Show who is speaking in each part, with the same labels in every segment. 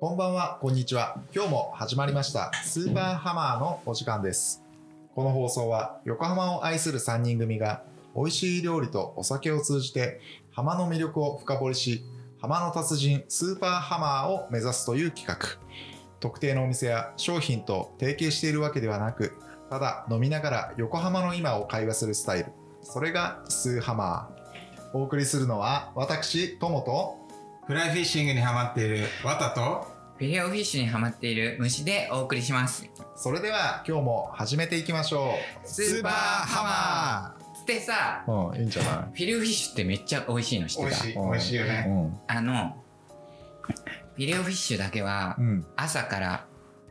Speaker 1: こんばんは、こんにちは。今日も始まりました、スーパーハマーのお時間です。この放送は、横浜を愛する3人組が、美味しい料理とお酒を通じて、ハマの魅力を深掘りし、ハマの達人、スーパーハマーを目指すという企画。特定のお店や商品と提携しているわけではなく、ただ飲みながら横浜の今を会話するスタイル。それがスーハマー。お送りするのは、私、ともと、
Speaker 2: フライフィッシングにハマっているワタと
Speaker 3: フィレオフィッシュにハマっている虫でお送りします。
Speaker 1: それでは今日も始めていきましょう
Speaker 3: スーパーハ
Speaker 1: マ
Speaker 3: でさ、
Speaker 1: ーうんいいんじゃな
Speaker 3: フィレオフィッシュってめっちゃ美味しいの知っ
Speaker 2: 美
Speaker 3: て
Speaker 2: 味
Speaker 3: た
Speaker 2: しい
Speaker 1: うん
Speaker 2: 美味しいよ
Speaker 1: い
Speaker 2: ね
Speaker 1: う
Speaker 3: あの、フィレオフィッシュだけは
Speaker 1: ん
Speaker 3: 朝から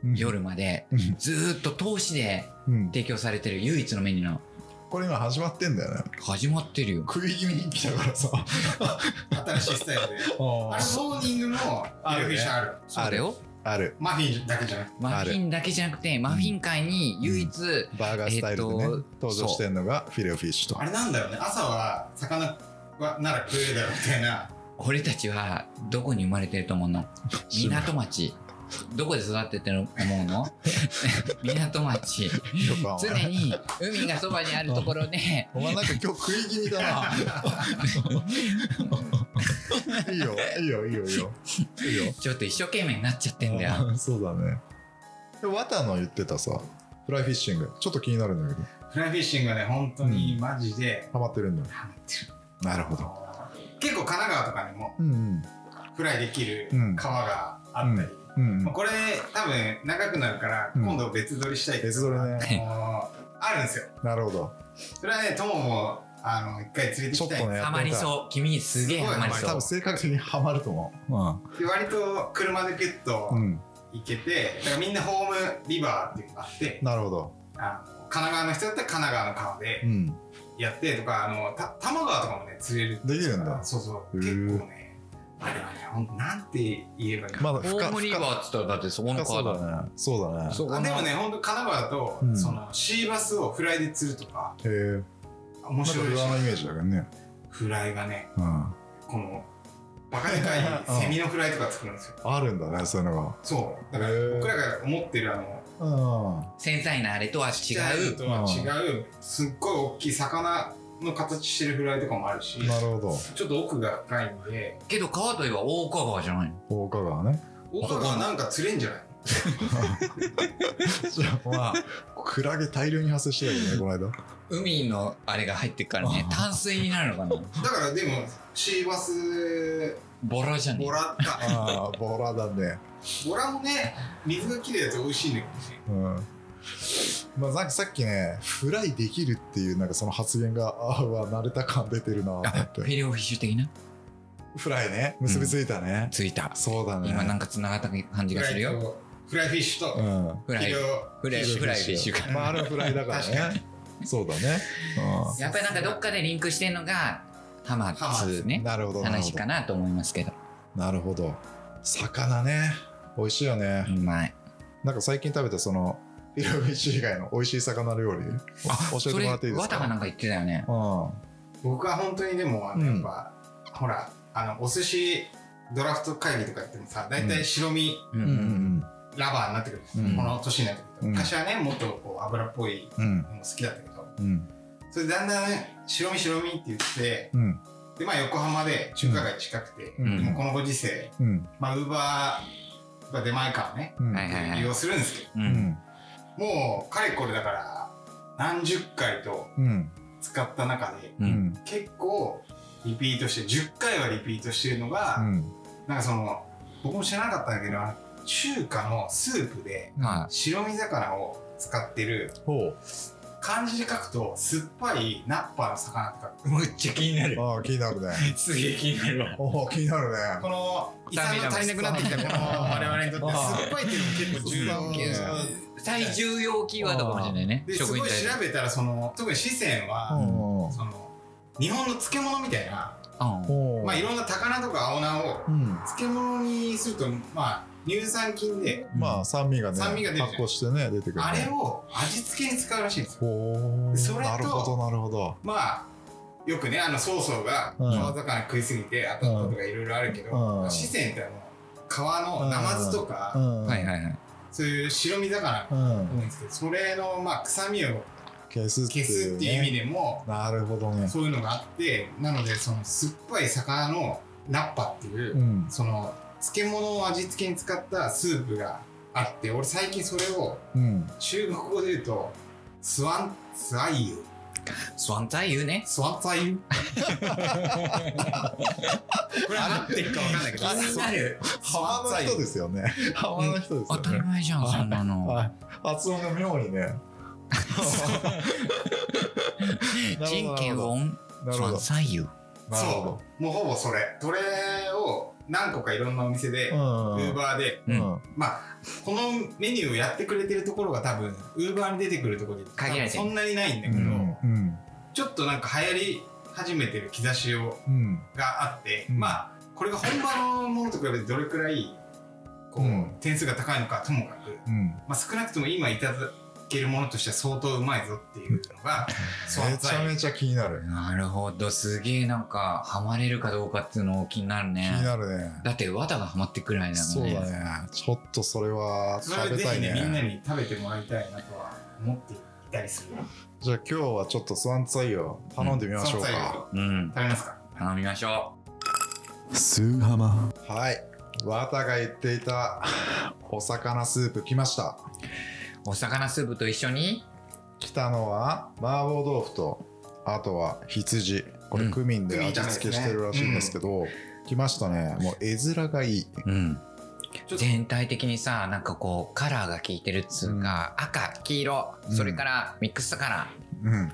Speaker 1: うん
Speaker 3: 夜まで
Speaker 1: うん
Speaker 3: ずーっと通しで
Speaker 1: うん
Speaker 3: 提供されてる唯一のメニューなの。
Speaker 1: これ今始まってんだよね
Speaker 3: 始まってるよ。
Speaker 1: 食い気味に来たからさ
Speaker 2: 新しいスタイルであれソーディングもフィレオフィッシュある
Speaker 3: そうだよ。
Speaker 1: ある
Speaker 2: マフィンだけじゃなくて
Speaker 3: マフィンだけじゃなくて、マフィン界に唯一、
Speaker 1: バーガースタイルでね、
Speaker 3: えーっと
Speaker 1: 登場してんのがフィレオフィッシュと
Speaker 2: あれなんだよね朝は魚はなら食えるだろうみたいな
Speaker 3: 俺たちはどこに生まれてると思うの港町。どこで育っててると思 うの 港町。
Speaker 1: 横浜
Speaker 3: 常に海がそばにあるところで
Speaker 1: お前なんか今日食い気味 だないいよいいよいいよいいよいいよ
Speaker 3: ちょっと一生懸命になっちゃってんだよ
Speaker 1: あーそうだねでワタの言ってたさフライフィッシングちょっと気になるんだけど
Speaker 2: フライフィッシングはね本当にマジで
Speaker 1: ハマってるんだよ
Speaker 2: ハマってる
Speaker 1: なるほど
Speaker 2: 結構神奈川とかにも
Speaker 1: うんうん
Speaker 2: フライできる
Speaker 1: うん
Speaker 2: 川があったり
Speaker 1: うん
Speaker 2: まあこれ多分長くなるから
Speaker 1: うん
Speaker 2: 今度別撮りしたいけど
Speaker 1: 別撮りね
Speaker 2: あのーあるんですよ
Speaker 1: なるほど。
Speaker 2: それはね、ともも、あの、一回連れてきたい。
Speaker 1: ね
Speaker 3: ハマり
Speaker 1: う。
Speaker 3: そう君すげえハマり
Speaker 2: う
Speaker 1: 多
Speaker 3: そ
Speaker 1: 分
Speaker 3: う
Speaker 1: 性格的にはまると思
Speaker 2: で割と車でピュッと
Speaker 1: う。うん。
Speaker 2: 行けて、だからみんなホームリバーっていうのがあって、
Speaker 1: なるほど。
Speaker 2: あの神奈川の人だったら神奈川の川
Speaker 1: う
Speaker 2: で
Speaker 1: ん。
Speaker 2: やってとか、あの、た多摩川とかもね、釣れる。
Speaker 1: できるんだ。
Speaker 2: そうそう。
Speaker 1: へ
Speaker 2: 結
Speaker 1: ー
Speaker 2: 構ね、あれはね、ほんと、なんて言えばいいか。
Speaker 1: まだ
Speaker 3: ホームリバ
Speaker 1: ー
Speaker 3: ーっつったらだってそこの
Speaker 1: 深そ
Speaker 3: 川
Speaker 1: う
Speaker 3: だ
Speaker 1: だね。そうだね。
Speaker 3: そこ
Speaker 2: あ
Speaker 3: の
Speaker 2: でもね、ほんと神奈川だと、
Speaker 1: うん
Speaker 2: その、シーバスをフライで釣るとか、
Speaker 1: へえ。
Speaker 2: 面白い
Speaker 1: 裏
Speaker 2: し、
Speaker 1: のイメージだけどね。
Speaker 2: フライがね、
Speaker 1: うん。
Speaker 2: この、バカで かいセミのフライとか作るんですよ。
Speaker 1: あるんだね、そういうの
Speaker 2: そう。だか
Speaker 1: へ
Speaker 2: ら、
Speaker 1: ー
Speaker 2: 僕らが思ってるあの、
Speaker 1: が。
Speaker 3: 繊細なあれとは違う
Speaker 2: とは違う、すっごい大きい魚の形してるフライとかもあるし
Speaker 1: うん。なるほど。
Speaker 2: ちょっと奥が深いんで
Speaker 3: けど川といえば大川川じゃないの
Speaker 1: 大岡川ね。
Speaker 2: 奥がなんか釣れんじゃない
Speaker 1: じゃあ、まあ、クラゲ大量に発生してたよね、この間。
Speaker 3: 海のあれが入ってっからね
Speaker 1: あー
Speaker 3: 淡水になるのかな
Speaker 2: だからでもシーバス
Speaker 3: ボラじゃね
Speaker 2: ボラか
Speaker 1: ああ、ボラだね。
Speaker 2: ボラもね水がきれいだと美味しいんだけどね
Speaker 1: うん。まあ、なんかさっきね、フライできるっていう、なんかその発言が、ああ、うわ慣れた感出てるなーっ
Speaker 3: フ
Speaker 1: て
Speaker 3: ィ。レオフィッシュ的な
Speaker 1: フライね、結びついたね。
Speaker 3: ついた
Speaker 1: そうだね。
Speaker 3: 今なんか繋がった感じがするよ
Speaker 2: とフライフィッシュ
Speaker 1: う
Speaker 2: と
Speaker 1: ん。
Speaker 3: フライフライフライフィッシュか
Speaker 1: まあ、あれはフライだからね。そうだね。
Speaker 3: やっぱりなんかどっかでリンクしてんのがハマツ
Speaker 1: う
Speaker 3: ね
Speaker 1: ん。なるほど、なるほ
Speaker 3: 話
Speaker 1: ど
Speaker 3: か。なと思いますけど
Speaker 1: なるほど。魚ね。美味しいよね
Speaker 3: う。まい
Speaker 1: なんか最近食べたその、フィレオフィッシュ以外の美味しい魚料理、お教えて
Speaker 3: そ
Speaker 1: も
Speaker 3: れ
Speaker 1: らっていいで
Speaker 3: わ
Speaker 1: す
Speaker 3: たが
Speaker 1: か
Speaker 3: なんか言ってたよね
Speaker 1: う
Speaker 2: 僕は本当にでもあの
Speaker 1: うん
Speaker 2: やっぱ、ほらあのお寿司ドラフト会議とかやってもさ大体白身
Speaker 3: うん
Speaker 1: ん。うん
Speaker 2: ラバーになってくるんですよ、
Speaker 1: うん
Speaker 2: この年になってくると、
Speaker 1: うん
Speaker 2: 昔はねもっとこう脂っぽい
Speaker 1: うん。うん
Speaker 2: のも好きだったけど
Speaker 1: うん
Speaker 2: それでだんだんね白身白身って言って
Speaker 1: うん
Speaker 2: でまあ横浜で中華街近くて、
Speaker 1: うん
Speaker 2: でもこのご時世
Speaker 1: うん
Speaker 2: まあウーバーが出前からね
Speaker 1: うん
Speaker 3: はいはいはい
Speaker 2: 利用するんですけど
Speaker 1: う
Speaker 3: う
Speaker 1: んん
Speaker 2: もうかれこれだから何十回と
Speaker 1: うん
Speaker 2: 使った中で
Speaker 3: う
Speaker 1: うんん
Speaker 2: 結構リピートして10回はリピートしてるのが、なんかその僕も知らなかったんだけどあの中華のスープで
Speaker 3: ま
Speaker 2: 白身魚を使ってる
Speaker 1: ほう
Speaker 2: 漢字で書くと酸っぱいナッパーの魚って書く
Speaker 3: あむっちゃ気になる
Speaker 1: ああ気にな るね
Speaker 3: すげえ気になるわ
Speaker 1: おお気になるね
Speaker 2: この胃酸が足りなくなってきたこの我々にとって酸っぱいっていうのも結構重要
Speaker 3: 最重要キーワードかもしれないね
Speaker 2: ですご
Speaker 3: 食に
Speaker 2: い
Speaker 3: 対して
Speaker 2: 調べたらその特に四川
Speaker 1: う
Speaker 2: は、
Speaker 1: んうん
Speaker 2: その日本の漬物みたいな、
Speaker 3: うん
Speaker 1: ほう
Speaker 2: まあ、いろんな高菜とか青菜を
Speaker 1: うん
Speaker 2: 漬物にすると、まあ、乳酸菌で
Speaker 1: まあ酸味がね
Speaker 2: 酸味が出る
Speaker 1: 発酵してね出てくるね
Speaker 2: あれを味付けに使うらしいんですよ。
Speaker 1: ほう
Speaker 2: それと
Speaker 1: なるほどなるほど
Speaker 2: まあよくねあの曹操が
Speaker 1: うん
Speaker 2: 川魚食いすぎて当たったとかいろいろあるけど、
Speaker 1: うん
Speaker 2: 四川ってあの皮のナマズとか、
Speaker 1: うん
Speaker 3: はいはいはい。
Speaker 2: そういう白身魚だと
Speaker 1: うん
Speaker 2: 思うんですけどそれのまあ臭みを
Speaker 1: 消す
Speaker 2: 消すっていう意味
Speaker 1: で
Speaker 2: でも
Speaker 1: なるほどね
Speaker 2: そういうのがあってなのでその酸っぱい魚のナッパってい
Speaker 1: う
Speaker 2: う、
Speaker 1: ん
Speaker 2: その漬物を味付けに使ったスープがあって俺最近それを
Speaker 1: うん
Speaker 2: 中国語で言うとスワンツアイユ
Speaker 3: スワンタイユね。
Speaker 2: スワンツアイユこれ合ってるかわかんないけど
Speaker 3: 気になる。
Speaker 1: 浜の人ですよね浜の人です
Speaker 3: 当
Speaker 1: よ
Speaker 3: たり
Speaker 1: ね
Speaker 3: 前じゃん、そんなの。
Speaker 1: はい発音が妙にね
Speaker 3: 人権を
Speaker 1: なる
Speaker 3: ス
Speaker 1: ほ
Speaker 3: ワ
Speaker 1: ど
Speaker 3: ンタイユ。
Speaker 1: なるほど
Speaker 2: もうほぼそれそれを何個かいろんなお店で、ウーバーで
Speaker 1: うん
Speaker 3: う
Speaker 2: まあこのメニューをやってくれてるところが多分ウーバーに出てくるところで
Speaker 3: 限られてる
Speaker 2: そんなにないんだ
Speaker 1: う
Speaker 2: けど、
Speaker 1: んうん
Speaker 2: ちょっとなんか流行り始めてる兆しを
Speaker 1: うん
Speaker 2: があって、
Speaker 1: うん
Speaker 2: まあこれが本場のものと比べてどれくらいこう、
Speaker 1: うん
Speaker 2: 点数が高いのかともかく、
Speaker 1: うん
Speaker 2: まあ、少なくとも今いただけるものとしては相当うまいぞっていうのが、そう
Speaker 1: めちゃめちゃ気になる
Speaker 3: なるほど。すげえなんか、ハマれるかどうかっていうのを気になる
Speaker 1: 気
Speaker 3: ね。
Speaker 1: になるね
Speaker 3: だって、綿がハマってくる間
Speaker 1: そ
Speaker 3: も
Speaker 1: うんだ
Speaker 3: ね。
Speaker 1: ねちょっとそれは
Speaker 2: それ
Speaker 1: 食
Speaker 2: は
Speaker 1: べ
Speaker 2: ぜ
Speaker 1: たい
Speaker 2: ひねみんな
Speaker 1: ね
Speaker 2: に食べてもらいたいなとは思っていたりする
Speaker 1: じゃあ今日はちょっとスワンツァイを頼んでみましょう
Speaker 2: その際
Speaker 1: か
Speaker 2: を
Speaker 3: うん。
Speaker 2: 食べますか
Speaker 3: 頼みましょ
Speaker 4: スーハマ
Speaker 1: はいわたが言っていたお魚スープ来ました
Speaker 3: う。お魚スープと一緒に、
Speaker 1: 来たのは麻婆豆腐とあとは羊これ
Speaker 3: うん
Speaker 1: クミンで
Speaker 2: クミン
Speaker 1: 味
Speaker 2: 炒め
Speaker 1: 付け
Speaker 2: です
Speaker 1: し
Speaker 2: ね
Speaker 1: てるらしいんですけど、来ましたねもう絵面がいい
Speaker 3: うん。
Speaker 2: ちょっと
Speaker 3: 全体的にさ、なんかこう、カラーが効いてるっつうか、赤、黄色、
Speaker 1: うん
Speaker 3: それからミックスカ
Speaker 1: うん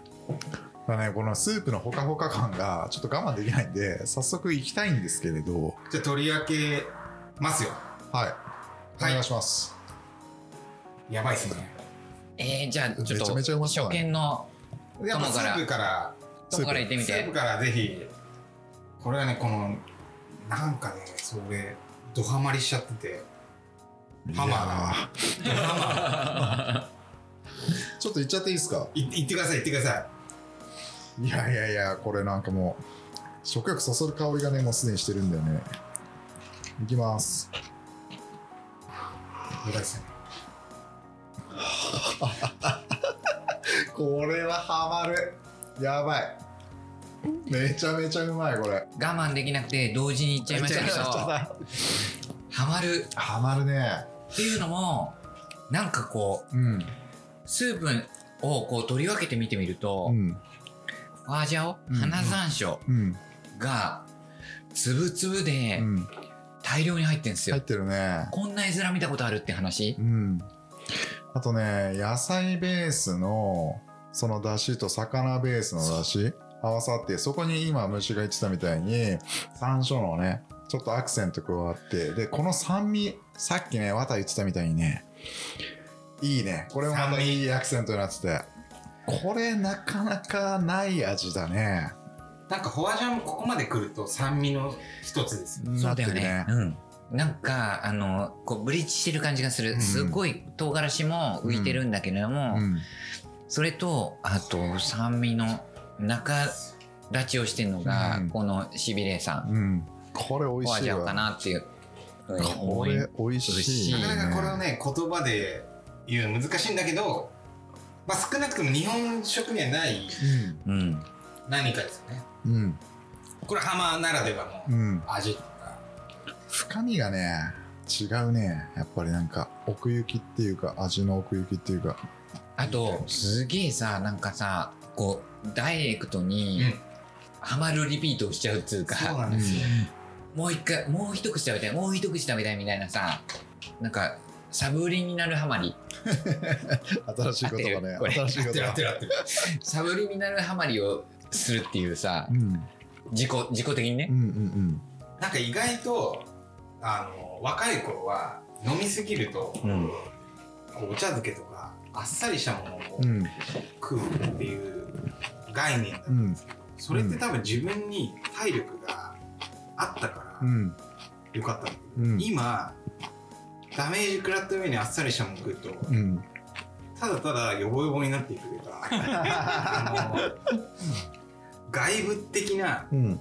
Speaker 1: だねこのスープのほかほか感がちょっと我慢できないんで早速行きたいんですけれど
Speaker 2: じゃあ取り分けますよ
Speaker 1: はい、
Speaker 2: はい
Speaker 1: お願いします
Speaker 2: やばいっすね
Speaker 3: ラー。えー、じゃあ、ちょ
Speaker 1: め
Speaker 3: っ
Speaker 1: ちゃ
Speaker 3: と、
Speaker 1: めちゃうま
Speaker 3: 初
Speaker 1: そうだね
Speaker 3: 見の
Speaker 2: やっぱスープから
Speaker 3: とこから行ってみ
Speaker 2: スープ
Speaker 3: て。
Speaker 2: からぜひこれはねこのなんかねそれドハマりしちゃっててハマ
Speaker 1: いやーちょっと行っちゃっていいですか
Speaker 2: い行ってください行ってくださ
Speaker 1: いやいやいやこれなんかもう食欲そそる香りがねもうすでにしてるんだよねいきます
Speaker 2: いやばいっすね
Speaker 1: これはハマるやばいめちゃめちゃうまいこれ
Speaker 3: 我慢できなくて、同時に行っちゃいましたけど、ハマる
Speaker 1: ハマるね
Speaker 3: っていうのも、なんかこう、
Speaker 1: うん
Speaker 3: スープをこう取り分けて見てみると、
Speaker 1: うん
Speaker 3: ファージャオ、
Speaker 1: うん
Speaker 3: 花山椒
Speaker 1: うん
Speaker 3: が粒々
Speaker 1: う
Speaker 3: で
Speaker 1: ん
Speaker 3: 大量に入ってるんですよ、
Speaker 1: 入ってるね
Speaker 3: こんな絵面見たことあるって話
Speaker 1: うんあとね野菜ベースのそのだしと魚ベースのだし合わさってそこに今虫が言ってたみたいに山椒のねちょっとアクセント加わってでこの酸味さっきね綿言ってたみたいにねいいねこれもまたいいアクセントになっててこれなかなかない味だね
Speaker 2: なんかホアジャンもここまで来ると酸味の一つですよ
Speaker 3: そうだよね
Speaker 1: なって
Speaker 3: うんなんかあのこうブリッジしてる感じがする、
Speaker 1: うん
Speaker 3: すごい唐辛子も浮いてるんだけれども、
Speaker 1: るね
Speaker 3: それとあと酸味の中立ちをしてるのが、
Speaker 1: うん
Speaker 3: このしびれさん、
Speaker 1: うん、うん、これ美
Speaker 3: フォ
Speaker 1: 味
Speaker 3: ア
Speaker 1: しい
Speaker 3: ジャオか
Speaker 1: わ
Speaker 3: なっていうふうに
Speaker 1: こ
Speaker 3: 思
Speaker 1: れ
Speaker 3: い
Speaker 1: 美味しいね
Speaker 3: 美味しい
Speaker 2: なかなかこれをね言葉で言うの難しいんだけどまあ少なくとも日本食にはない
Speaker 3: うん
Speaker 2: 何かですよね
Speaker 1: うんうん
Speaker 2: これハマならではの
Speaker 1: うん
Speaker 2: 味とか
Speaker 1: 深みがね違うねやっぱりなんか奥行きっていうか味の奥行きっていうか
Speaker 3: あとすげえさなんかさこうダイレクトに
Speaker 2: うん
Speaker 3: ハマるリピートをしちゃうっつう
Speaker 2: そう
Speaker 3: か、
Speaker 2: なんですよ
Speaker 3: もう一回もう一口食べたいもう一口食べたいみたいなさなんかサブリミナルハマり
Speaker 1: 新しい言葉ね
Speaker 3: 合ってる
Speaker 1: 新しい言
Speaker 2: 合ってる合っ
Speaker 1: 葉
Speaker 2: てる合ってる
Speaker 3: サブリミナルハマりをするっていうさ
Speaker 1: うん
Speaker 3: 自己自己的にね
Speaker 1: うんうん
Speaker 2: なんか意外とあの若い頃は飲みすぎると、
Speaker 3: うん
Speaker 2: こうお茶漬けとかあっさりしたものを
Speaker 1: うんうん
Speaker 2: 食うっていう概念だった
Speaker 1: うんん
Speaker 2: ですけど、それって多分自分に体力があったか
Speaker 1: う
Speaker 2: ら
Speaker 1: ん
Speaker 2: よかった、
Speaker 1: うん
Speaker 2: 今ダメージ食らった上にあっさりしたもの食うと
Speaker 1: うん
Speaker 2: ただただヨボヨボになっていくというか あの外部的な
Speaker 1: うん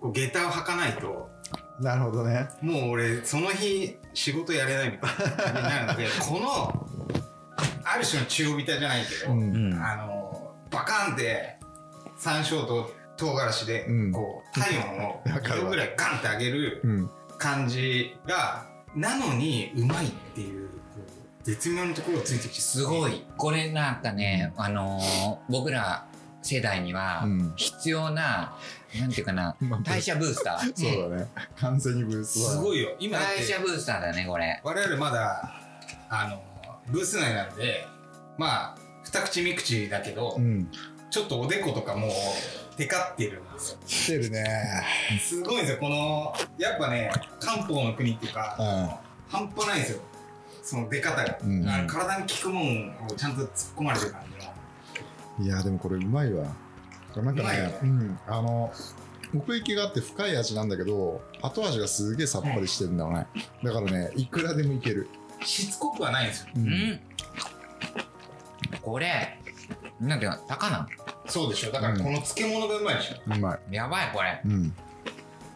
Speaker 2: こう下駄を履かないと
Speaker 1: なるほどね。
Speaker 2: もう俺その日仕事やれないみたいになるのでこのある種の中火たじゃないけど、
Speaker 1: う。
Speaker 3: うんん。
Speaker 2: あのバカンって山椒と唐辛子で
Speaker 1: うん
Speaker 2: こう体温を
Speaker 1: わかるわ
Speaker 2: 2度ぐらいガンって上げる
Speaker 1: うん。
Speaker 2: 感じがなのにうまいっていうこう絶妙なところがついてきて
Speaker 3: すごい。これなんかね、あのー僕ら世代には
Speaker 1: うん
Speaker 3: 必要な、なんていうかな、
Speaker 1: まあ
Speaker 3: 代謝ブースター。
Speaker 1: そうだね。完全にブース
Speaker 2: す
Speaker 1: い。
Speaker 2: ごいよ今だっ
Speaker 3: 代
Speaker 2: て
Speaker 3: 謝ブースターだね、これ。
Speaker 2: 我々まだあのブース内なんでまあ二口三口だけど、
Speaker 1: うん。
Speaker 2: ちょっとおでことかもうテカってるんですよ
Speaker 1: 来てるね。
Speaker 2: すごいんですよこのやっぱね漢方の国っていうか、
Speaker 1: う
Speaker 2: 半端ないですよその出方が、
Speaker 1: うん
Speaker 2: あの体に効くもんをちゃんと突っ込まれてる感じの
Speaker 1: ん。いや、でもこれうまいわ。なんか
Speaker 2: うまい
Speaker 1: ね
Speaker 2: ね、
Speaker 1: うん。あの、奥行きがあって深い味なんだけど、後味がすげえさっぱりしてるんだよね。だからね、いくらでもいける。
Speaker 2: しつこくはないんですよ
Speaker 1: う
Speaker 3: う。ん。これ、なんていうか、高な
Speaker 2: そうでしょだからこの漬物がうまいでしょ、
Speaker 1: うまい。
Speaker 3: のやばい、これ。
Speaker 1: うん。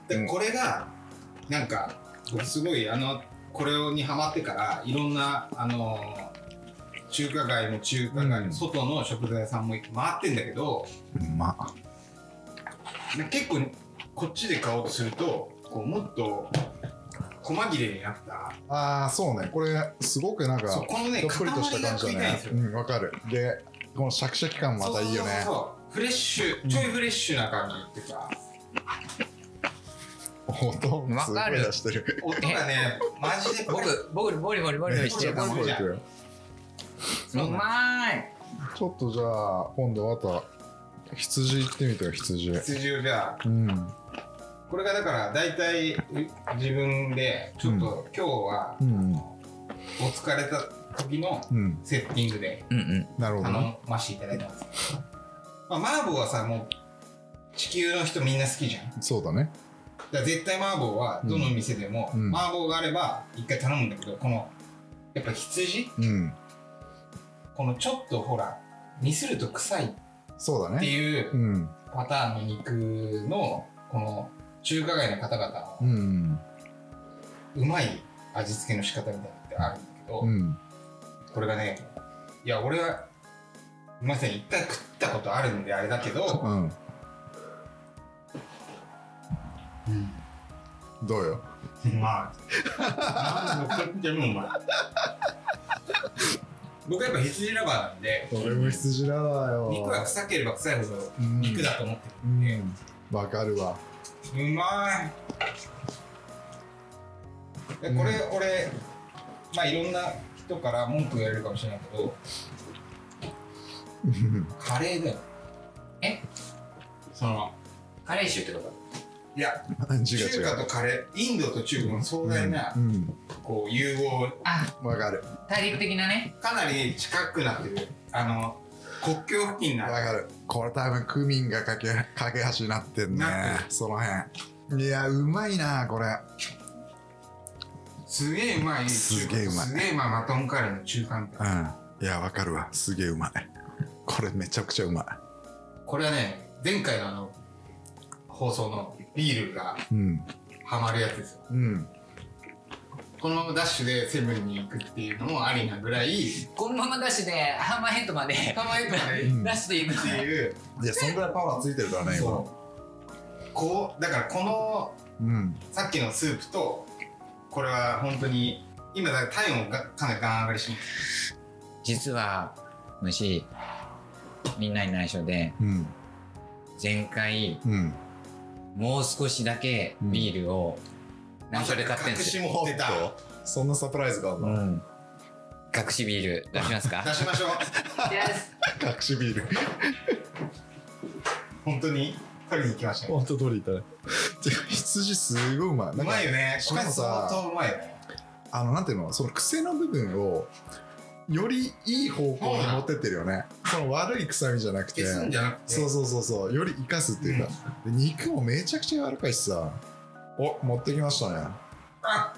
Speaker 2: でこれがなんか僕すごいあのこれにハマってからいろんなあの中華街も中華街
Speaker 1: うん
Speaker 2: の外の食材屋さんも回ってんだけど、
Speaker 1: うまっ。
Speaker 2: なんか結構こっちで買おうとするとこうもっと細切れになった
Speaker 1: ああ、そうね。これ、すごくなんか、
Speaker 2: そうこのね
Speaker 1: どっぷりとし
Speaker 2: 塊
Speaker 1: た
Speaker 2: が
Speaker 1: 感じ
Speaker 2: 食い
Speaker 1: だ
Speaker 2: たい
Speaker 1: ね
Speaker 2: んです。よ、
Speaker 1: うん、わかる。で、このシャキシャキ感またいいよね。
Speaker 2: そうそうそうそうフレッシュちょいフレッシュな感じっていうか、
Speaker 1: 音もすごい出してる。
Speaker 2: 音がねマジでポリ
Speaker 3: 僕、僕、ボリボリボリボリしてるかも。
Speaker 2: め
Speaker 3: う
Speaker 2: っちゃかっこいいじゃ
Speaker 1: ち
Speaker 3: まーい。
Speaker 1: ょっとじゃあ、今度また、羊行ってみてよ、羊。
Speaker 2: 羊をじゃあ
Speaker 1: うん。
Speaker 2: これがだから大体う自分でちょっと今日は
Speaker 1: うん。
Speaker 2: お疲れた時の
Speaker 1: うん。
Speaker 2: セッティングで
Speaker 3: うんうん。
Speaker 1: なるほどね。
Speaker 2: 頼ましていただいたんですけど、まあ、麻婆はさもう地球の人みんな好きじゃんだか
Speaker 1: そうだね。
Speaker 2: ら絶対麻婆はどの店でも、
Speaker 1: うん
Speaker 2: 麻婆があれば一回頼むんだけどこのやっぱ羊
Speaker 1: うん。
Speaker 2: このちょっとほらミスると臭いっ
Speaker 1: そうだ
Speaker 2: て
Speaker 1: ね。
Speaker 2: いう
Speaker 1: うん。
Speaker 2: パターンの肉のこの中華街の方々
Speaker 1: う
Speaker 2: の
Speaker 1: ん。
Speaker 2: うまい味付けの仕方みたいなのってあるんだけど、
Speaker 1: うん。
Speaker 2: これがねいや俺はすみません一回食ったことあるんであれだけど、
Speaker 1: うん。
Speaker 2: うん、
Speaker 1: どうよ。
Speaker 2: まあ何でも食ってるもんお前僕はやっぱ羊ラバーなんで
Speaker 1: 俺も羊だわよ。
Speaker 2: 肉は臭ければ臭いほど
Speaker 1: うん
Speaker 2: 肉だと思って
Speaker 1: う
Speaker 2: るんで、
Speaker 1: ん。わかるわ。
Speaker 2: うまいでこれ、俺まあいろんな人から文句言われるかもしれないけど
Speaker 1: うん
Speaker 2: カレーだよ
Speaker 3: え
Speaker 2: その
Speaker 3: カレー臭ってこと
Speaker 2: いや
Speaker 1: 違う
Speaker 2: 中
Speaker 1: 違
Speaker 2: 華
Speaker 1: う
Speaker 2: と。カレーインドと中国の壮大な、
Speaker 1: うん。
Speaker 2: こう融合
Speaker 3: あ、
Speaker 1: わかる。
Speaker 3: 大陸的なね。
Speaker 2: かなり近くなってるあの国境付近
Speaker 1: わ
Speaker 2: な
Speaker 1: かる。これ多分クミンがかけ、かけ橋になってんね
Speaker 2: なって。
Speaker 1: その辺。いや、うまいな、これ。
Speaker 2: すげえうまい
Speaker 1: すげえうまい
Speaker 2: すげえうまいマトンカレーの中間みたいな
Speaker 1: うん。いや、わかるわ。すげえうまい。これめちゃくちゃうま
Speaker 2: これはね前回のあの放送のビールが
Speaker 1: い。うん。
Speaker 2: ハマるやつですよ
Speaker 1: うん。
Speaker 2: このダッシュでセブンに行くっていうのもありなぐらい
Speaker 3: このままダッシュで、ハンマーヘッドまで、
Speaker 2: たまにとかで
Speaker 1: う
Speaker 2: っ
Speaker 1: ん
Speaker 3: ダッシュで行くってていう。
Speaker 2: いう
Speaker 1: いや、そんぐらいパワーついてるからね、今。
Speaker 2: そうこうだからこの
Speaker 1: うん。
Speaker 2: さっきのスープとこれは本当に今だから体温がかなりガン上がりしてます
Speaker 3: 実は、虫、みんなに内緒で、
Speaker 1: うん。
Speaker 3: 前回、
Speaker 1: うん。
Speaker 3: もう少しだけビールを、内緒で買ってんですよ。
Speaker 2: 隠し持ってた
Speaker 1: おっそんなサプライズがあるの
Speaker 3: うん。隠しビール出します か
Speaker 2: 出しましょう
Speaker 1: 隠しビール。
Speaker 2: 本当に取りに行きましたね
Speaker 1: ほんと通りい たね。てか羊すごいうまい。なん
Speaker 2: う
Speaker 1: か
Speaker 2: まいよね
Speaker 1: し
Speaker 2: こ
Speaker 1: か
Speaker 2: れ
Speaker 1: も
Speaker 2: 相
Speaker 1: さ、
Speaker 2: 当うまいよね
Speaker 1: あの、なんていうの、その癖の部分を、よりいい方向に持ってってるよね。その悪い臭みじゃなくて。
Speaker 2: 消すんじゃなくて
Speaker 1: そうそうそうそう。より生かすっていうか。で肉もめちゃくちゃ柔らかいしさ。お、持ってきましたね。
Speaker 2: あ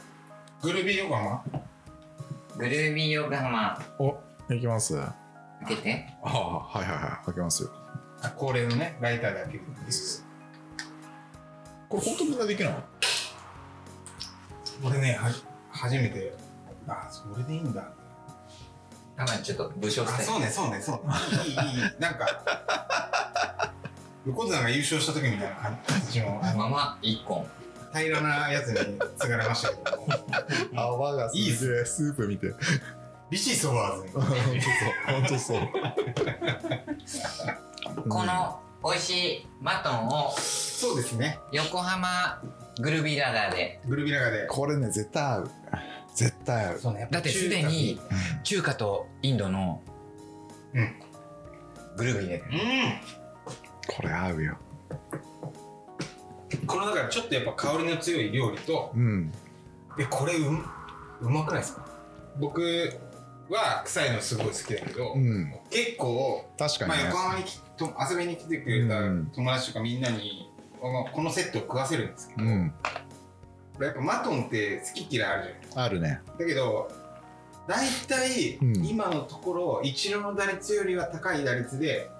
Speaker 2: グルビー横浜
Speaker 3: グルービー横浜、
Speaker 1: お、いきます。あ
Speaker 3: 開けて。
Speaker 1: あ、はいはいはい。開けますよ。
Speaker 2: あ恒例のねライターで開けるっていう
Speaker 1: これ本当みんなできない
Speaker 2: 俺ねは初めてあそれでいいんだ
Speaker 3: たまにちょっと武将
Speaker 2: あ
Speaker 3: スタイル
Speaker 2: そうねそうねそうねいいいい いいなんか横綱が優勝した時みたいな感じのあの
Speaker 3: まま一本
Speaker 2: 平らなやつに継がれました けども
Speaker 1: 泡がす
Speaker 2: いいっ
Speaker 1: げえスープ見て
Speaker 2: ビシソワーズに
Speaker 1: 本当そう本当そう
Speaker 3: この美味しいマトンを
Speaker 2: そうですね
Speaker 3: 横浜グルビラダーで
Speaker 2: グルビラガで
Speaker 1: これね絶対合う絶対合う
Speaker 2: そうね
Speaker 3: だってすでに中華とインドの
Speaker 2: うん
Speaker 3: グルビーで
Speaker 2: う
Speaker 1: これ合うよ
Speaker 2: んこのだからちょっとやっぱ香りの強い料理と
Speaker 1: うん
Speaker 2: えこれうんうまくないですか僕は臭いのすごい好きだけど、
Speaker 1: うん
Speaker 2: 結構
Speaker 1: 確かに
Speaker 2: まあ、
Speaker 1: ね
Speaker 2: 横浜にきと遊びに来てくれた
Speaker 1: うん
Speaker 2: 友達とかみんなに、あのこのセットを食わせるんですけど、
Speaker 1: うん
Speaker 2: これやっぱマトンって好き嫌いあるじゃない
Speaker 1: あるね
Speaker 2: だけど大体
Speaker 1: うん
Speaker 2: 今のところ一郎の打率よりは高い打率で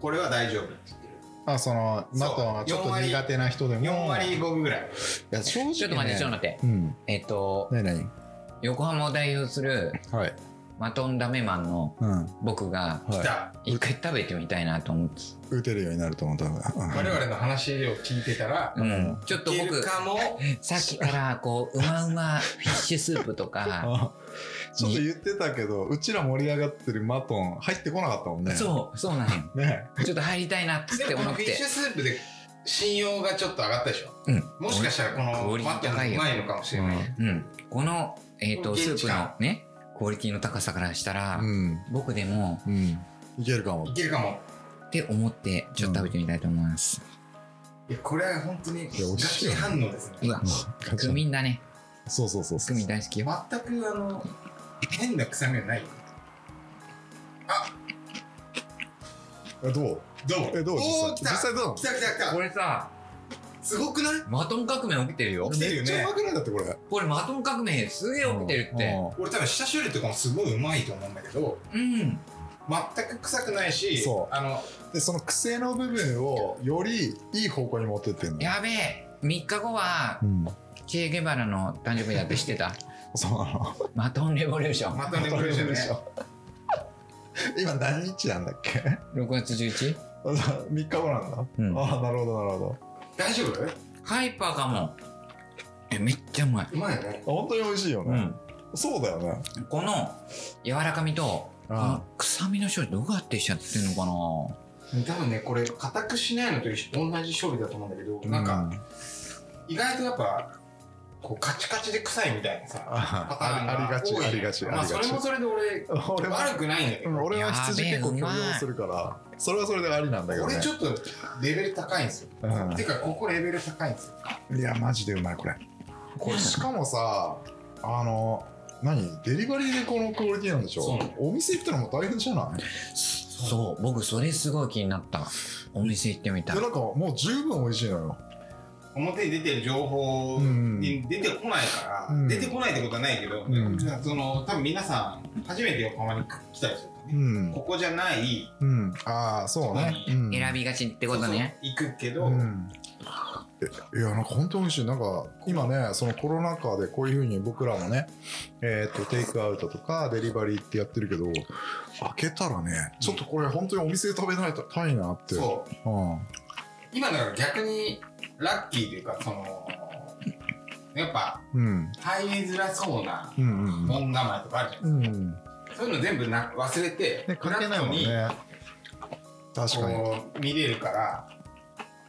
Speaker 2: これは大丈夫って言ってる
Speaker 1: あその
Speaker 2: そう
Speaker 1: マトンはちょっ
Speaker 2: 4
Speaker 1: と
Speaker 2: 割
Speaker 1: 苦手な人でも
Speaker 2: 4割5分ぐらい
Speaker 1: いや正直、ね、
Speaker 3: ちょっと待ってちょっと待って
Speaker 1: うん
Speaker 3: えっと
Speaker 1: 何何
Speaker 3: 横浜を代表する
Speaker 1: はい
Speaker 3: マトンダメマンの
Speaker 1: うん
Speaker 3: 僕が
Speaker 2: 来た、
Speaker 1: は
Speaker 3: 一回食べてみたいなと思って
Speaker 1: い打てるようになると思う多分
Speaker 2: 我々の話を聞いてたら、
Speaker 3: うんちょっと
Speaker 2: いける
Speaker 3: 僕
Speaker 2: かも
Speaker 3: さっきからこううまう まフィッシュスープとか
Speaker 1: あちょっと言ってたけどうちら盛り上がってるマトン入ってこなかったもんね
Speaker 3: そうそうなんよ
Speaker 1: うね
Speaker 3: ちょっと入りたいなっつっ
Speaker 2: で
Speaker 3: て
Speaker 2: もこ
Speaker 3: 思
Speaker 2: の
Speaker 3: っ
Speaker 2: フィッシュ
Speaker 3: て
Speaker 2: スープで信用がちょっと上がったでしょ
Speaker 3: うん
Speaker 2: もしかしたらこ
Speaker 3: ク
Speaker 2: の
Speaker 3: オリテ
Speaker 2: マッ
Speaker 3: ィ
Speaker 2: ト
Speaker 3: 高い
Speaker 2: う
Speaker 3: よ
Speaker 2: まいのかもしれない、
Speaker 3: うんこのえっとス
Speaker 2: 現
Speaker 3: ー
Speaker 2: 地
Speaker 3: プの
Speaker 2: 感
Speaker 3: ねクオリティの高さからしたら
Speaker 1: うん
Speaker 3: 僕でも
Speaker 1: うんいけるかも
Speaker 2: いけるかも
Speaker 3: って思ってちょっと食べてみたいと思います
Speaker 2: いやこれは本当に
Speaker 1: や
Speaker 2: ガ
Speaker 1: 美味しい
Speaker 2: チ
Speaker 1: よ
Speaker 2: 反応ですね
Speaker 3: うわ
Speaker 1: うん
Speaker 3: クミンだね
Speaker 1: そうそうそうそ
Speaker 3: ク
Speaker 1: う
Speaker 3: ミン大好きよ
Speaker 2: 全くあの変な臭みはない
Speaker 1: えどう
Speaker 2: どう
Speaker 1: えどう
Speaker 2: おー
Speaker 1: 実
Speaker 2: 来
Speaker 1: 際実
Speaker 2: た
Speaker 1: 際どう
Speaker 2: 来た来た来た
Speaker 3: これさ
Speaker 2: すごくない
Speaker 3: マトン革命起きてるよ
Speaker 2: 来てる
Speaker 1: め
Speaker 2: よ
Speaker 1: っ
Speaker 2: ね
Speaker 1: ちゃうまくないだってこれ
Speaker 3: これマトン革命すげえ起きてるって
Speaker 2: 俺多分下処理とかもすごいうまいと思うんだけど
Speaker 3: うん
Speaker 2: 全く臭くないし
Speaker 1: そう
Speaker 2: あの
Speaker 1: うんでその癖の部分をよりいい方向に持ってってんの
Speaker 3: やべえ3日後は
Speaker 1: うん
Speaker 3: チェ・ゲバラの誕生日だって知って た
Speaker 1: そうなの
Speaker 3: マトンレボリューション
Speaker 2: またねこれじゃね
Speaker 1: 今何日なんだっけ
Speaker 3: 6月 11?
Speaker 1: 3日後なんだ、
Speaker 3: うん
Speaker 1: ああなるほどなるほど
Speaker 2: 大丈夫
Speaker 3: ハイパーかもえめっちゃうまいう
Speaker 2: まいよね
Speaker 1: あ本当に美味しいよ
Speaker 3: う
Speaker 1: ね、
Speaker 3: ん
Speaker 1: そうだよね
Speaker 3: この柔らかみとこ
Speaker 1: ああ
Speaker 3: の臭みの処理どうやってしちゃってんのかな
Speaker 2: 多分ねこれ硬くしないのと一緒同じ処理だと思うんだけど、なんか意外とやっぱこうカチカチで臭いみたいなさパ
Speaker 1: あ
Speaker 2: ターン
Speaker 1: ありが
Speaker 2: が
Speaker 1: ち
Speaker 2: 多い
Speaker 1: ありがちあり
Speaker 2: まあ
Speaker 1: が
Speaker 2: それ
Speaker 1: ち
Speaker 2: もそれで俺
Speaker 1: 俺は
Speaker 2: 悪くないんだけ
Speaker 1: う
Speaker 2: ど、
Speaker 1: ん俺は羊
Speaker 3: やべ
Speaker 1: 結
Speaker 3: え
Speaker 1: 構許
Speaker 3: うま
Speaker 1: 容
Speaker 3: い
Speaker 1: するからそれはそれでありなんだけど
Speaker 2: 俺
Speaker 1: ね
Speaker 2: ちょっとレベル高いんですよ、
Speaker 1: うん
Speaker 2: てかここレベル高いんですよ
Speaker 1: いやマジでうまいこれこ れしかもさあの何デリバリーでこのクオリティなんでし
Speaker 2: そ
Speaker 1: ょ
Speaker 2: うなの
Speaker 1: お店行ったのも大変じゃない
Speaker 3: そう僕それすごい気になったお店行ってみた
Speaker 1: でなんかもう十分美味しいのよ
Speaker 2: 表に出てる情報
Speaker 1: うん
Speaker 2: に出てこないから、
Speaker 1: うん
Speaker 2: 出てこないってことはないけど、
Speaker 1: うん
Speaker 2: その多分皆さん初めて横浜に来たりするから
Speaker 1: う
Speaker 2: ね、
Speaker 1: ん
Speaker 2: ここじゃない
Speaker 1: うんああそうね、うん、
Speaker 3: 選びがちってことね
Speaker 2: そうそう行くけど、
Speaker 1: うんえいやなんか本当に美味しいなんか今ねそのコロナ禍でこういうふうに僕らもね、えー、とテイクアウトとかデリバリーってやってるけど開けたらねちょっとこれ本当にお店で食べないとたいなって
Speaker 2: そう
Speaker 1: うん
Speaker 2: 今だから逆にラッキーというかそのやっぱ
Speaker 1: うん
Speaker 2: 入りづらそうな
Speaker 1: うんうん
Speaker 2: 門構えとかあるじゃ
Speaker 1: うんうん
Speaker 2: んそういうの全部な忘れて
Speaker 1: ね関係ないもん
Speaker 2: フラッ
Speaker 1: ね確
Speaker 2: ト
Speaker 1: か
Speaker 2: に
Speaker 1: に
Speaker 2: こう見れるから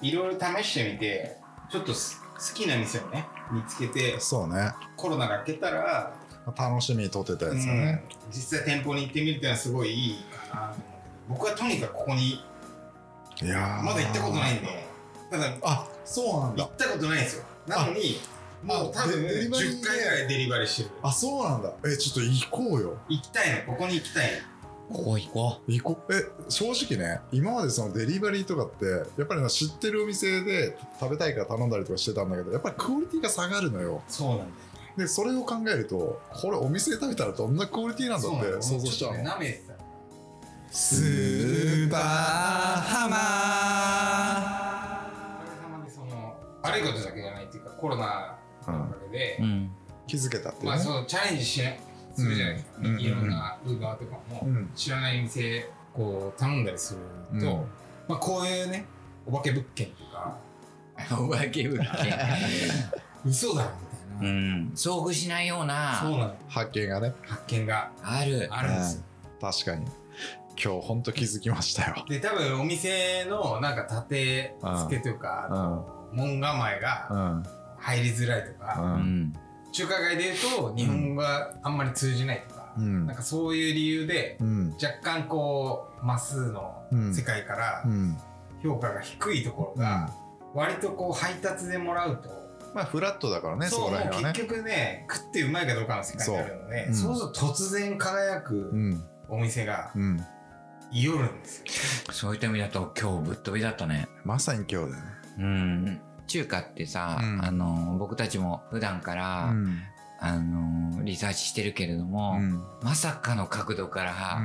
Speaker 2: いろいろ試してみてちょっとす好きな店をね見つけて
Speaker 1: そうね
Speaker 2: コロナが明けたら、
Speaker 1: 楽しみに撮ってたやつだね、
Speaker 2: うん実際店舗に行ってみるっていうのはすごいいいかなと思うけど僕はとにかくここに
Speaker 1: いやー
Speaker 2: まだ行ったことないんでただ
Speaker 1: あそうなん
Speaker 2: 行
Speaker 1: だ
Speaker 2: ったことないんですよなのにもう
Speaker 1: あ
Speaker 2: 多分
Speaker 1: デデリバリーで
Speaker 2: 10回ぐらいデリバリーしてる
Speaker 1: あそうなんだえちょっと行こうよ
Speaker 2: 行きたいのここに行きたい
Speaker 3: ここ行こ
Speaker 1: 行こえ正直ね今までそのデリバリーとかってやっぱりな知ってるお店で食べたいから頼んだりとかしてたんだけどやっぱりクオリティが下がるのよ
Speaker 2: そうなんだよ
Speaker 1: でそれを考えるとこれお店で食べたらどんなクオリティなんだ
Speaker 2: そうなんだ
Speaker 1: って
Speaker 2: よ
Speaker 1: 想像しちゃう
Speaker 2: ょっと
Speaker 1: の
Speaker 2: ね舐めてた
Speaker 1: スーパー
Speaker 2: おかげさまでその悪いことだけじゃないっていうかコロナったおかげで、
Speaker 3: うん。
Speaker 1: 気づけたっていう
Speaker 2: まあ
Speaker 1: ね。
Speaker 2: そのチャレンジしないするじゃないですか、
Speaker 1: うん
Speaker 2: いろんなウーバーとかも
Speaker 1: うん
Speaker 2: 知らない店こう頼んだりすると、
Speaker 1: うん
Speaker 2: まあ、こういうねお化け物件とか
Speaker 3: お化け物件。
Speaker 2: 嘘だろみ
Speaker 3: う
Speaker 2: たい
Speaker 3: ん。遭遇しないよう
Speaker 2: な、そう
Speaker 3: な、
Speaker 2: なの
Speaker 1: 発見がね、
Speaker 2: 発見が
Speaker 3: ある。
Speaker 2: あるんですよ、
Speaker 1: 確かに。今日本当気づきましたよ。
Speaker 2: で多分お店のなんか建て付けと
Speaker 1: う
Speaker 2: か、
Speaker 1: ん。
Speaker 2: 門構え
Speaker 1: う
Speaker 2: が
Speaker 1: ん。
Speaker 2: 入りづらいと
Speaker 1: う
Speaker 2: か、
Speaker 1: ん。
Speaker 2: 中華街でいうと日本語があんまり通じないとか、
Speaker 1: うん
Speaker 2: なんかそういう理由で
Speaker 1: うん。
Speaker 2: 若干こうマスの世界から
Speaker 1: うん。
Speaker 2: 評価が低いところが、割とこう配達でもらうと、
Speaker 1: まあ、フラットだからね、そ
Speaker 2: そ
Speaker 1: こ
Speaker 2: うも
Speaker 1: ら
Speaker 2: う
Speaker 1: 辺はね。
Speaker 2: 結局ね食ってうまいかどうかの世界になるので、
Speaker 1: そ
Speaker 2: そううすると突然輝
Speaker 1: う
Speaker 2: く
Speaker 1: ん。
Speaker 2: お店が
Speaker 1: うん。
Speaker 2: いよるんですよ、
Speaker 3: そういった意味だと今日ぶっ飛びだったね。
Speaker 1: まさに今日だよね。
Speaker 3: うん。中華ってさ、
Speaker 1: うん
Speaker 3: あの、僕たちも普段から、
Speaker 1: うん。
Speaker 3: あの、リサーチしてるけれども、
Speaker 1: うん
Speaker 3: まさかの角度から、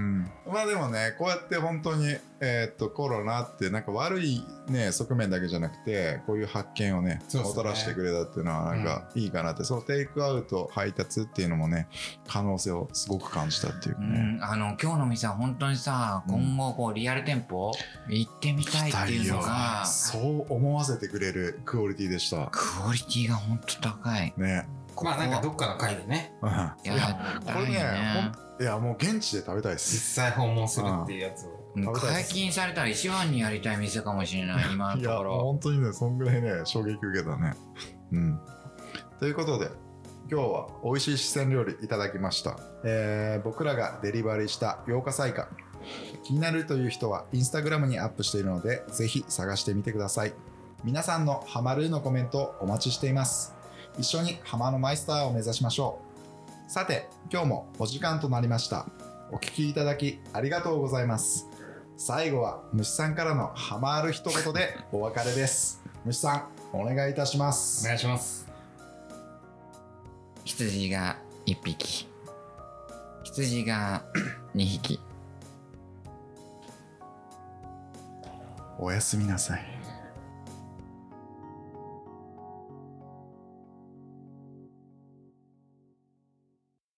Speaker 1: まあでもねこうやって本当に、えーっとコロナってなんか悪い、ね、側面だけじゃなくてこういう発見をね
Speaker 2: そうっす
Speaker 1: も
Speaker 2: ね
Speaker 1: たらしてくれたっていうのはなんかいいかなって、そのテイクアウト配達っていうのもね可能性をすごく感じたっていう
Speaker 3: う
Speaker 1: かね、
Speaker 3: ん、あの今日の店は本当にさ、
Speaker 1: うん
Speaker 3: 今後こうリアル店舗行ってみたいっていうのが
Speaker 1: そう思わせてくれるクオリティでした
Speaker 3: クオリティが本当高い
Speaker 1: ね、
Speaker 3: ここ
Speaker 2: まあなんかどっかの回でね
Speaker 1: うん、い
Speaker 3: や
Speaker 1: やこ
Speaker 3: 高
Speaker 1: れ
Speaker 3: い
Speaker 1: ね
Speaker 3: よね
Speaker 1: ほんいやもう現地で食べたいです
Speaker 2: 実際訪問するっていうやつを、
Speaker 3: もう
Speaker 1: 食べたい
Speaker 3: 解
Speaker 1: です
Speaker 3: 禁されたら一番にやりたい店かもしれない今の
Speaker 1: い
Speaker 3: と
Speaker 1: や
Speaker 3: ころ
Speaker 1: 本当にねそんぐらいね衝撃受けたねうんということで今日は美味しい四川料理いただきました、えー僕らがデリバリーした洋華菜館気になるという人はインスタグラムにアップしているのでぜひ探してみてください皆さんのハマるのコメントをお待ちしています一緒にハマのマイスターを目指しましょうさて今日もお時間となりましたお聞きいただきありがとうございます最後は虫さんからのハマる一言でお別れです虫さんお願いいたします
Speaker 2: お願いします
Speaker 3: 羊が1匹羊が2匹
Speaker 1: おやすみなさい